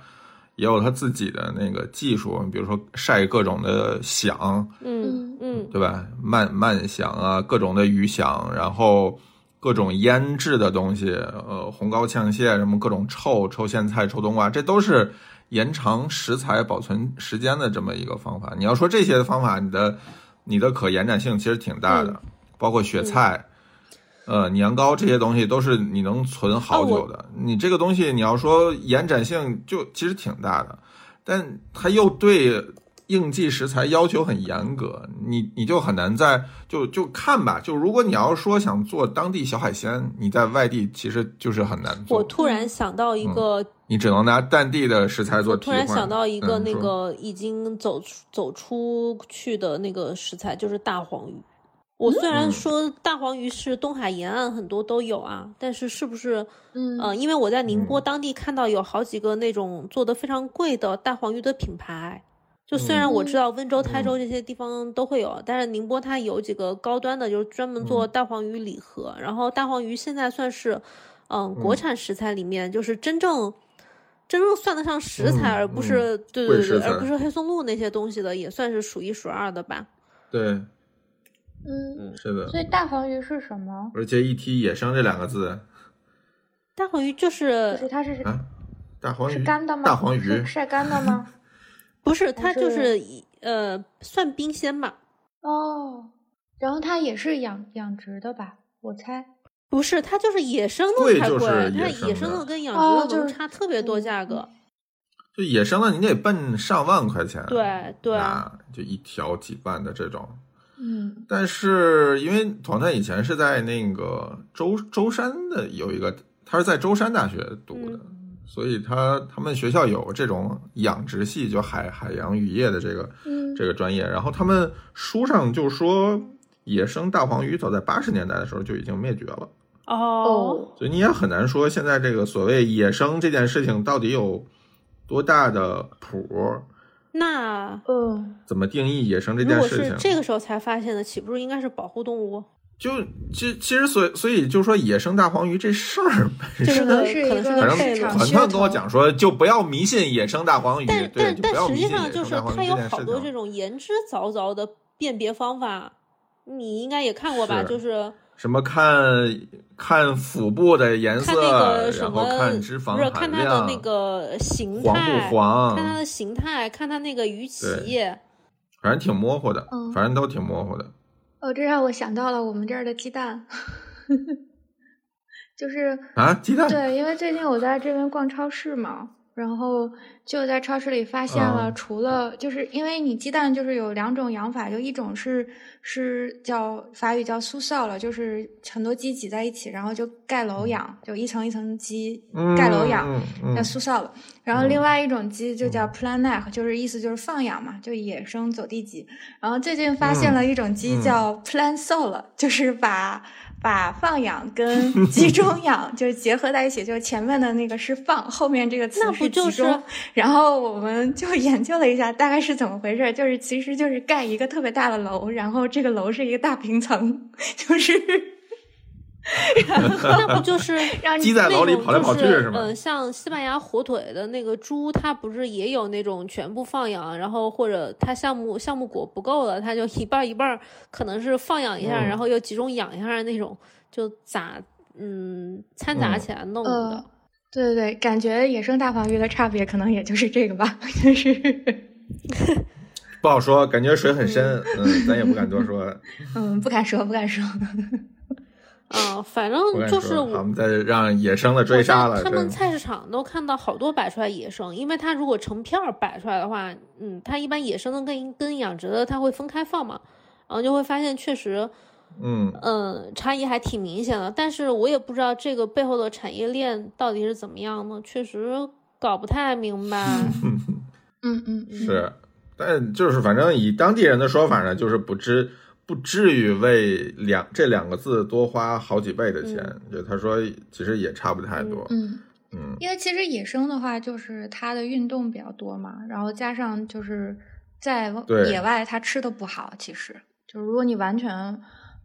也有它自己的那个技术，比如说晒各种的响，嗯嗯对吧？慢慢响啊，各种的鱼响，然后各种腌制的东西，呃，红膏呛蟹什么各种臭臭苋菜、臭冬瓜，这都是延长食材保存时间的这么一个方法。你要说这些方法，你的你的可延展性其实挺大的，包括雪菜。呃，年糕这些东西都是你能存好久的。你这个东西，你要说延展性就其实挺大的，但它又对应季食材要求很严格，你你就很难在就就看吧。就如果你要说想做当地小海鲜，你在外地其实就是很难我做，突然想到一个你只能拿当地的食材嗯做替突换。然想到一个嗯那说个已经走出走出去的那个食材，就是大黄鱼。我虽然嗯说大黄鱼是东海沿岸很多都有啊，但是是不是嗯呃，因为我在宁波当地看到有好几个那种做的非常贵的大黄鱼的品牌，就虽然我知嗯道温州、台嗯州这些地方都会有，但是宁波它有几个高端的，就是专门做嗯大黄鱼礼盒。然后大黄鱼现在算是，嗯，国嗯产食材里面就是真正真正算得上食材，嗯而不嗯是对贵对食对，而材不是黑松露那些东西的，也算是数一数二的吧。对，嗯，是的，所以大黄鱼是什么？而且一提野生这两个字大黄鱼就是就是它是啊，大黄是鱼，干的吗？大黄鱼是，晒干的 吗？不是它就就是一呃算冰鲜吧？哦，然后它也是养养殖的吧？我猜。不是，它就是野生的贵才就贵，是野它野生生的的跟养哦殖的就能是差特别多嗯价格。就野生的你得奔上万块钱，对对，啊，就一条几万的这种。嗯但是因为团团以前是在那个舟舟山的有一个，他是在舟山大学读的，嗯所以他他们学校有这种养殖系，就海海洋渔业的这个嗯这个专业。然后他们书上就说，野生大黄鱼早在八十年代的时候就已经灭绝了。哦，哦所以你也很难说现在这个所谓野生这件事情到底有多大的谱，那嗯怎么定义野生这如件果事是情？这个时候才发现的，岂不是应该是保护动物？就其其实所以所以就说野生大黄鱼这事儿本这身，是可能个是可一能是个个反市悖正论。场团噱团头跟我讲说，就不要迷信野生大黄鱼，但对，但就不但要实迷际信上野就生是大黄鱼它这有件好事多这情。种言之凿凿的辨别方法，你应该也看过吧？是就是什么看看腹部的颜看那色，个什然么后，看脂肪不是含看它的量，那个形黄态，不黄看，它的形态，看它那个鱼鳍。反正挺模糊的，嗯反正都挺模糊的。哦，这让我想到了我们这儿的鸡蛋， 就是啊，鸡蛋，对，因为最近我在这边逛超市嘛，然后就在超市里发现了，嗯除了就是因为你鸡蛋就是有两种养法，就一种是是叫法语叫苏сал了，就是很多鸡挤在一起，然后就盖楼养，就一层一层鸡嗯盖楼养。嗯嗯叫苏сал了，然后嗯另外一种鸡就叫 planak，、就是意思就是放养嘛，就野生走地鸡。然后最近发现嗯了一种鸡嗯叫 plan sol，、了，就是把把放 养跟集中养就是结合在一起，就是前面的那个是放，后面这个词那不就集是中。然后我们就研究了一下，大概是怎么回事，就是其实就是盖一个特别大的楼，然后这个楼是一个大平层， 就是那不 就是让鸡你在那楼里种跑来就跑去是吗嗯，像西班牙火腿的那个猪，它不是也有那种全部放养，然后或者它项目项目果不够了，它就一半儿一半儿，可能是放养一下，嗯然后又集中养一下那种，就咋嗯掺杂嗯起来弄的呃。，对对对，感觉野生大黄鱼的差别可能也就是这个吧， 就是不好说，感觉水很深，嗯，咱也不敢多说。嗯，不敢说，不敢说。 嗯，反不正敢说，就是我我们再让野生的追杀了，我在他对们，菜市场都看到好多摆出来野生，因为它如果成片儿摆出来的话，嗯，它一般野生的跟跟养殖的它会分开放嘛，然后就会发现确实，嗯，嗯，差异还挺明显的。但是我也不知道这个背后的产业链到底是怎么样呢，确实搞不太明白。嗯嗯，嗯，是，但就是反正以当地人的说法呢，就是不至不至于为两这两个字多花好几倍的钱，就他说其实也差不太多，嗯，嗯因为其实野生的话，就是它的运动比较多嘛，然后加上就是在对野外它吃的不好，其实就如果你完全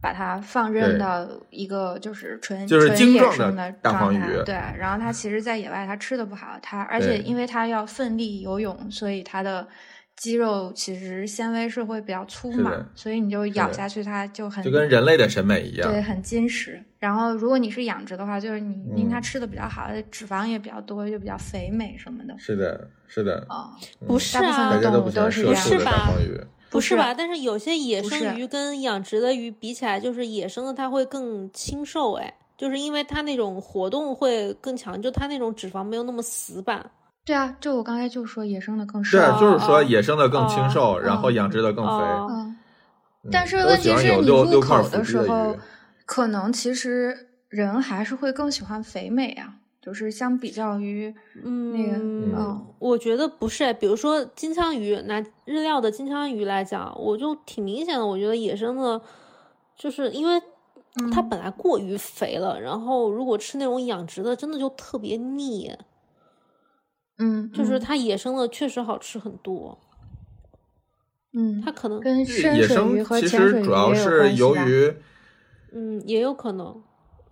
把它放任对到一个就是纯就是纯精野壮的生的大状黄态鱼对，然后它其实在野外它吃的不好，它而且对因为它要奋力游泳，所以它的。肌肉其实纤维是会比较粗是的嘛，所以你就咬的下去，它就很就跟人类的审美一样，对，很坚实。然后如果你是养殖的话，就是你因为它嗯吃的比较好，脂肪也比较多，就比较肥美什么的。是的，是的，嗯哦，不是大部分大啊的，家都动不物喜欢都吃这素的不是样的。大吧黄鱼，不不是是吧？但是有些野不生是鱼跟养殖的鱼比起来，就是野生的它会更清瘦，哎，就是因为它那种活动会更强，就它那种脂肪没有那么死板。对啊，就我刚才就说野生的更瘦对啊，哦就是说哦野生的更清哦瘦，然后哦养殖的更肥。哦嗯，嗯但是我问喜题欢是有你六入六块口腹的肌时的候鱼，，可能其实人还是会更喜欢肥美啊，就是相比较于那个，嗯，嗯我觉得不是哎，比如说金枪鱼，拿日料的金枪鱼来讲，我就挺明显的，我觉得野生的，就是因为它嗯本来过于肥了，然后如果吃那种养殖的，真的就特别腻，嗯，就是嗯它野生的确实好吃很多。嗯，它可能跟深野水鱼生和其浅水实鱼主要也有是关系由吧于嗯也有可能，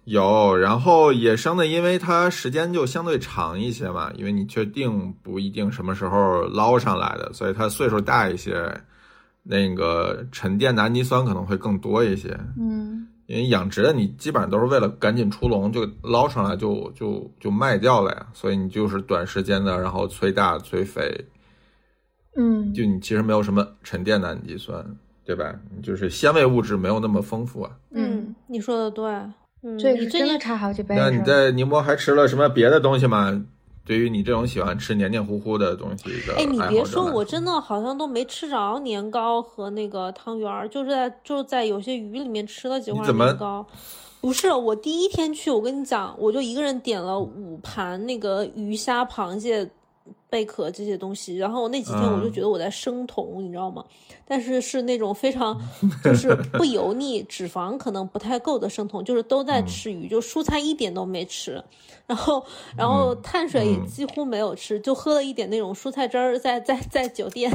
有，然后野生的，因为它时间就相对长一些嘛，因为你确定不一定什么时候捞上来的，所以它岁数大一些，那个沉淀的氨基酸可能会更多一些。嗯因为养殖的你基本上都是为了赶紧出笼就捞上来就就就卖掉了呀，所以你就是短时间的，然后催大催肥，嗯就你其实没有什么沉淀的氨基酸，对吧？你就是纤维物质没有那么丰富啊。嗯，，你说的对，嗯，所以你是最真的近差好几倍那是你吧？在宁波还吃了什么别的东西吗？对于你这种喜欢吃黏黏糊糊的东西的哎，你爱好别者说，来我真的好像都没吃着年糕和那个汤圆儿，就是在就是在有些鱼里面吃了几你块怎么年糕。不是，我第一天去，我跟你讲，我就一个人点了五盘那个鱼虾、螃蟹、贝壳这些东西，然后那几天我就嗯觉得我在生酮，你知道吗？但是是那种非常就是不油腻，脂肪可能不太够的生酮，就是都嗯在吃鱼，就蔬菜一点都没吃，然后然后嗯碳水也嗯几乎没有吃，就喝了一点那种蔬菜汁儿，在在在酒店，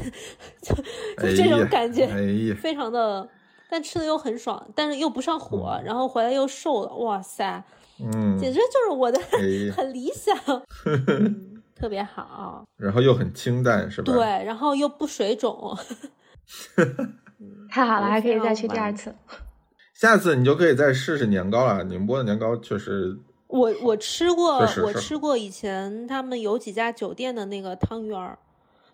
就就这哎种呀感觉，哎呀，非常的，但吃的又很爽，但是又不上火，然后回来又瘦了，哇塞，嗯，简直就是我的哎呀，很 理想，嗯特别好，然后又很清淡，是吧？对，，然后又不水肿，太好了，我还可以非再常去第满二意次。下次你就可以再试试年糕了。宁波的年糕确实，我我吃过，确实我是吃过以前他们有几家酒店的那个汤圆儿，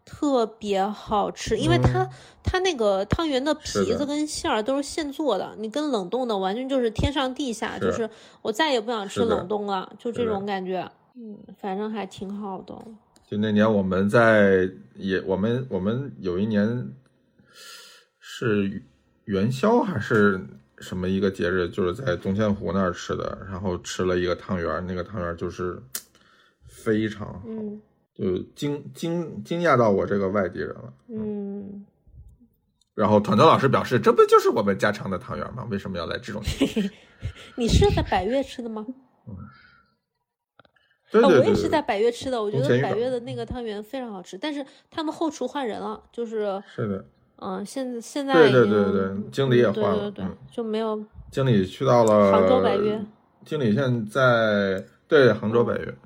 特别好吃，因为它、它那个汤圆的嗯是皮的子跟馅儿都是现做的，你跟冷冻的完全就是天上地下，是就是我再也不想吃是的冷冻了，就这是的种感觉。嗯，反正还挺好的。就那年我们在也我们我们有一年是元宵还是什么一个节日，就是在东县湖那儿吃的，然后吃了一个汤圆儿，那个汤圆儿就是嘖非常好。嗯就惊惊惊讶到我这个外地人了。嗯，然后团团老师表示，这不就是我们家常的汤圆吗？为什么要来这种地 方？你是在百悦吃的吗？对啊，对对我也对是在对，百悦吃的，我觉从前得一百种悦的那个汤圆非常好吃，但是他们后厨换人了，就是。是的，嗯，现在现在对已对对经对经理也嗯对换对了对，嗯就没有经理去到了杭州百悦。经理现在对杭州百哦悦，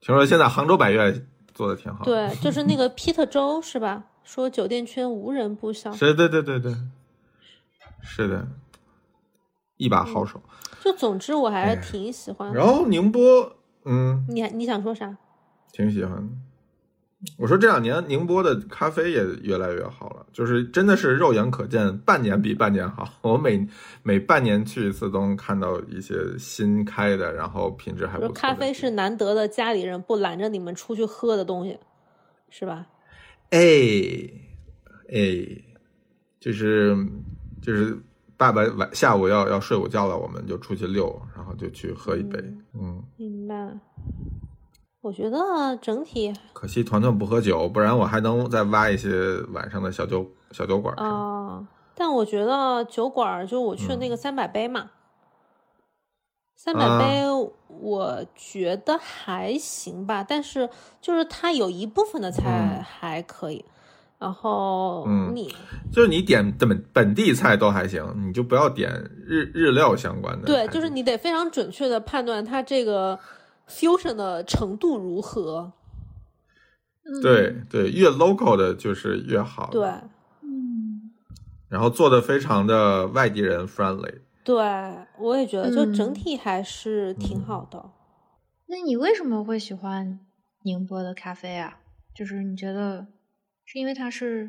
听说现在杭州百悦做的挺好。，对，就是那个 Peter 周是吧？说酒店圈无人不晓，是，对对对对，是的，一把好手。就总之我还哎是挺喜欢。然后宁波，嗯，你还你想说啥？挺喜欢的。我说这两年宁波的咖啡也越来越好了，就是真的是肉眼可见，半年比半年好。我每每半年去一次，都能看到一些新开的，然后品质还我不错说的。咖啡是难得的家里人不拦着你们出去喝的东西，是吧？哎哎，就是就是爸爸晚下午要要睡午觉了，我们就出去溜，然后就去喝一杯。嗯，明白了。我觉得整体可惜团团不喝酒，不然我还能再挖一些晚上的小酒小酒馆啊、什么的。但我觉得酒馆儿就我去的那个三百杯嘛，三百嗯啊杯我觉得还行吧，但是就是它有一部分的菜嗯还可以，然后嗯你就是你点本本地菜都还行，你就不要点日日料相关的菜。对，就是你得非常准确的判断它这个 fusion 的程度如何，嗯，对对，越 local 的就是越好。对，嗯，然后做的非常的外地人 friendly。对我也觉得就整嗯体还是挺嗯好的。那你为什么会喜欢宁波的咖啡啊？就是你觉得是因为它是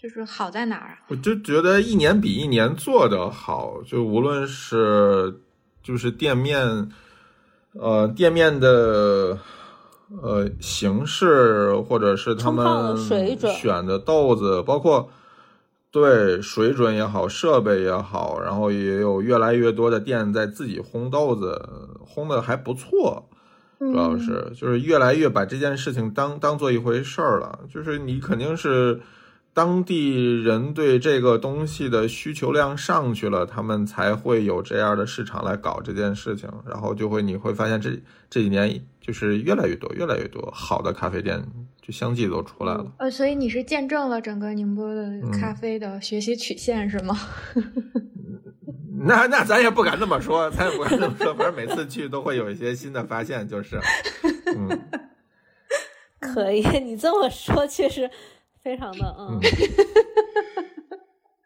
就是好在哪儿啊？我就觉得一年比一年做的好，就无论是就是店面，呃，店面的呃形式，或者是他冲泡的们水准选的豆子，包括对水准也好，设备也好，然后也有越来越多的店在自己烘豆子，烘的还不错。嗯主要是就是越来越把这件事情当当做一回事儿了，就是你肯定是当地人对这个东西的需求量上去了，他们才会有这样的市场来搞这件事情，然后就会你会发现这这几年就是越来越多，越来越多好的咖啡店就相继都出来了。呃，所以你是见证了整个宁波的嗯咖啡的学习曲线是吗？那那咱也不敢这么说，咱也不敢这么说，反正每次去都会有一些新的发现，就是，嗯可以， 你这么说确实非常的嗯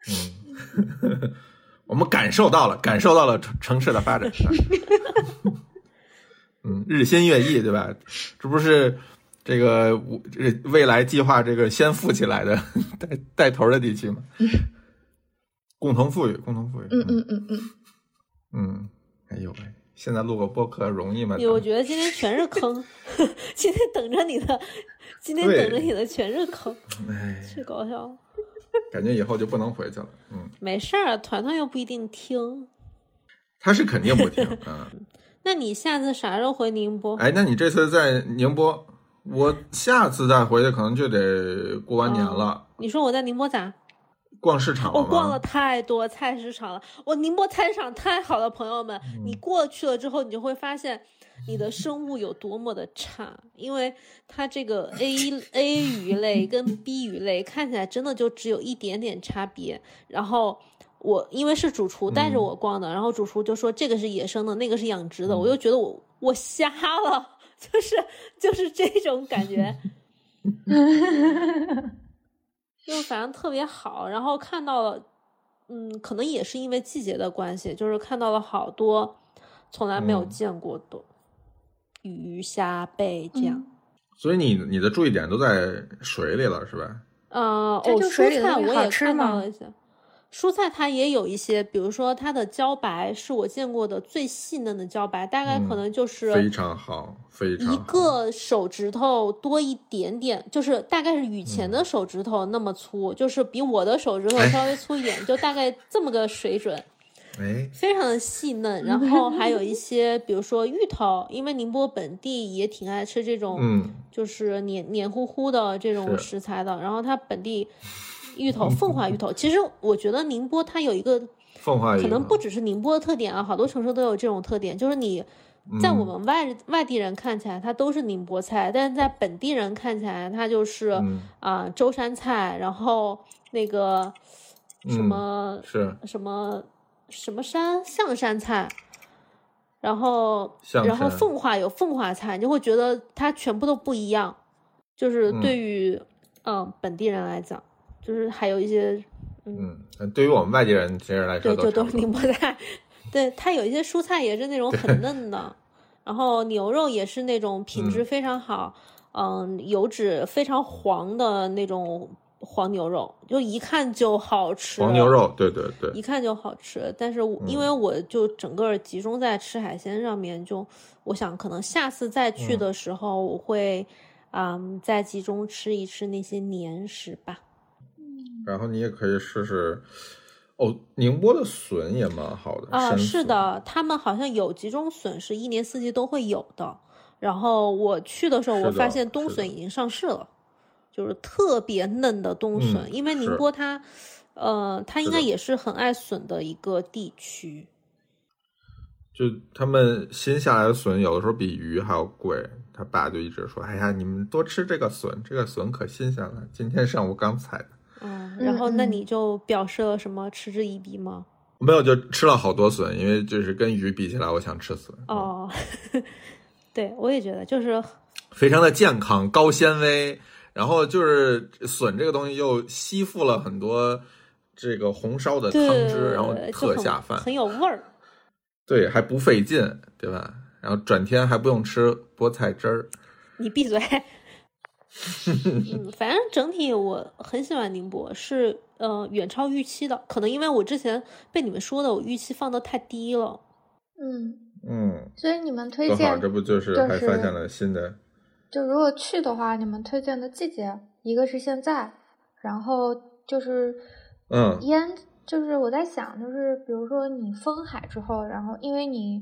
嗯。嗯， 我们感受到了，感受到了城城市的发展， 嗯，日新月异，对吧？这不是这个我这未来计划这个先富起来的 带带头的地区吗？共同富裕，共同富裕，嗯嗯嗯嗯，嗯，哎呦喂，现在录个播客容易吗？你哎我觉得今天全是坑， 今天等着你的，今天等着对你的全是坑，哎，太搞笑了。感觉以后就不能回去了，嗯，没事儿，啊团团又不一定听。他是肯定不听，嗯。那你下次啥时候回宁波？哎，那你这次在宁波，我下次再回去可能就得过完年了，你说我在宁波咋？逛市场我吗？哦逛了太多菜市场了，我宁波菜市场太好了，朋友们，你过去了之后，你就会发现你的生物有多么的差，因为它这个 A A 鱼类跟 B 鱼类看起来真的就只有一点点差别。然后我因为是主厨带着我逛的，然后主厨就说这个是野生的，那个是养殖的，我又觉得我我瞎了， 就是就是这种感觉。就反正特别好，然后看到了，嗯，可能也是因为季节的关系，就是看到了好多从来没有嗯见过的鱼、虾、贝这样。所以你你的注意点都在水里了，是吧？呃，嗯这哦，就水里蔬的菜东西我好也吃看吗到了一些，蔬菜它也有一些，比如说它的茭白是我见过的最细嫩的茭白，大概可嗯能就是、非常好，非常一好。个手指头多一点点，就是大概是雨前嗯的手指头那么粗，就是比我的手指头稍微粗一点，就大概这么个水准，哎，非常的细嫩。然后还有一些，比如说芋头，因为宁波本地也挺爱吃这种，嗯，就是黏黏糊糊的这种是嗯食材的。然后它本地芋头，凤凰芋头，其实我觉得宁波它有一个凤凰鱼可能不只是宁波的特点啊，好多城市都有这种特点，就是你嗯在我们外、外地人看起来它都是宁波菜，但是在本地人看起来它就是啊、嗯舟山菜，然后那个什嗯么、是什么什么山象山菜。然后，象然后山奉化有奉化菜，你就会觉得它全部都不一样。就是嗯对于嗯、呃本地人来讲，就是还有一些嗯，对于我们外地人其实来说对，就都都差不是多宁波菜。对，它有一些蔬菜也是那种 很嫩的，然后牛肉也是那种品质非常好，嗯油脂非常黄的那种黄牛肉，就一看就好吃。黄牛。肉，对对对，一看就好吃，但是我因为嗯我就整个集中在吃海鲜上面，就我想可能下次再去嗯的时候，我会，嗯，再集中吃一吃那些年食吧。然后你也可以试试。哦，宁波的笋也蛮好的啊、山是笋的，他们好像有几种笋是一年四季都会有的。然后我去的时候，是我的发现冬是笋的已经上市了，就是特别嫩的冬笋，嗯因为宁是波它，呃，它应是该的也是很爱笋的一个地区。就他们新下来的笋，有的时候比鱼还要贵。他爸就一直说：“哎呀，你们多吃这个笋，这个笋可新鲜了，今天上午刚采的。嗯，然后那嗯嗯你就表示了什么嗤之以鼻吗？”没有，就吃了好多笋，因为就是跟鱼比起来，我想吃笋，嗯嗯哦，对，我也觉得，就是非常的健康，高纤维。然后就是笋这个东西又吸附了很多这个红烧的汤对，汁，然后就特很下饭，很有味儿。对，还不费劲，对吧？然后转天还不用吃菠菜汁儿，你闭 嘴。嗯，反正整体我很喜欢宁波，是呃远超预期的。可能因为我之前被你们说的，我预期放的太低了。嗯，嗯，所以你们推多好，荐这不就是就还发是现了新的。就如果去的话，你们推荐的季节，一个是现在，然后就是嗯腌，就是我在想，就是比如说你封海之后，然后因为你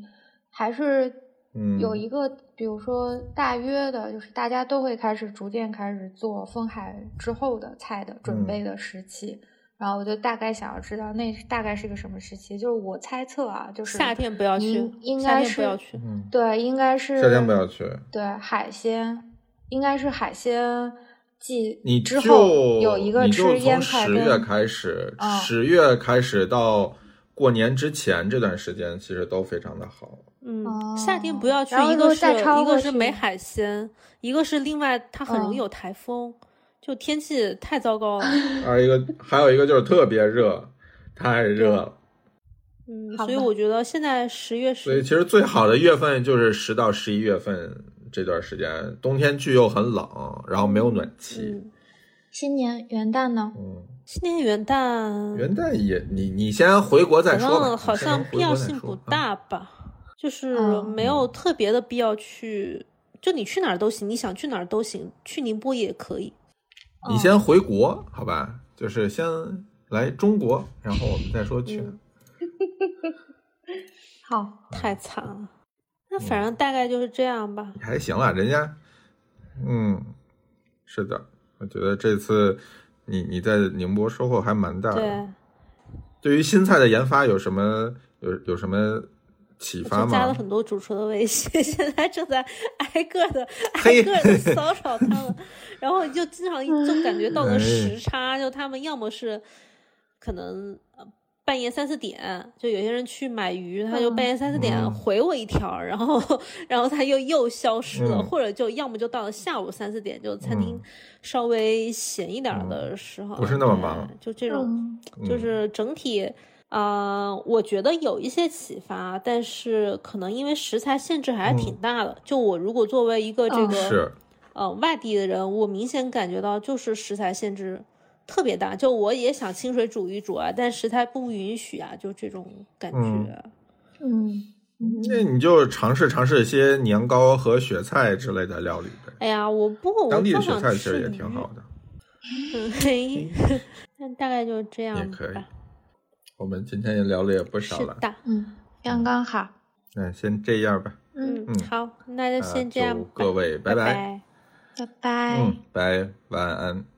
还是嗯有一个比如说大约的，就是大家都会开始逐渐开始做封海之后的菜的嗯准备的时期。然后我就大概想要知道那大概是个什么时期，就是我猜测啊，就是夏天不要去应，应夏该天不要是去。嗯，对，应该是夏天不要去，对海鲜，应该是海鲜季你之就后有一个你就吃从腌菜十跟月开始嗯，十、月开始到过年之前这段时间，其实都非常的好。嗯，夏天不要去，哦然后一如果个是再超一过个是去没海鲜，一个是另外它很容易嗯有台风，就天气太糟糕了。还有一个，还有一个就是特别热，太热了。嗯，好所以吧我觉得现在十嗯月所以十其实最好的月份就是十到十一月份这段时间，冬天去又很冷，然后没有暖气。嗯，新年元旦呢？嗯，今年元旦元旦也你你先回国再反说吧，正好你先像回必要国再性说不啊大吧，就是嗯没有特别的必要去，就你去哪儿都行，你想去哪儿都行，去宁波也可以。你嗯先回国，好吧？就是先来中国，然后我们再说去哪。嗯好，太惨了，那嗯反正大概就是这样吧。也还行啦，人家，嗯，是的，我觉得这次你你在宁波收获还蛮大的。对，对于新菜的研发有什么有有什么启我发就加了吗？很多主厨的微信， 现在正在挨个的挨 嘿个的骚扰他们，然后就经常就感觉到哎个时差，就他们要么是可能呃半夜三四点，就有些人去买鱼，他就嗯半夜三四点嗯回我一条，然后然后他又又消失了，嗯或者就要么就到了下午三四点，就餐厅嗯稍微闲一点儿的时候，不是那么对忙，就这种。嗯就是整体，呃，我觉得有一些启发，但是可能因为食材限制还是挺大的。就我如果作为一个这嗯个、嗯是，呃外地的人，我明显感觉到就是食材限制特别大。就我也想清水煮一煮啊，但食材不允许啊，就这种感觉。嗯嗯嗯那你就尝试尝试一些年糕和雪菜之类的料理呗。哎呀，我不过我当地的更雪想菜其实吃也鱼，挺好的，嗯，嘿， 那大概就是这样吧。也可以。我们今天也聊了也不是少了，的，嗯，刚刚好。那先这样吧，嗯，嗯好，那就那先这样祝吧，各位拜拜拜嗯拜拜拜。嗯，拜，晚安。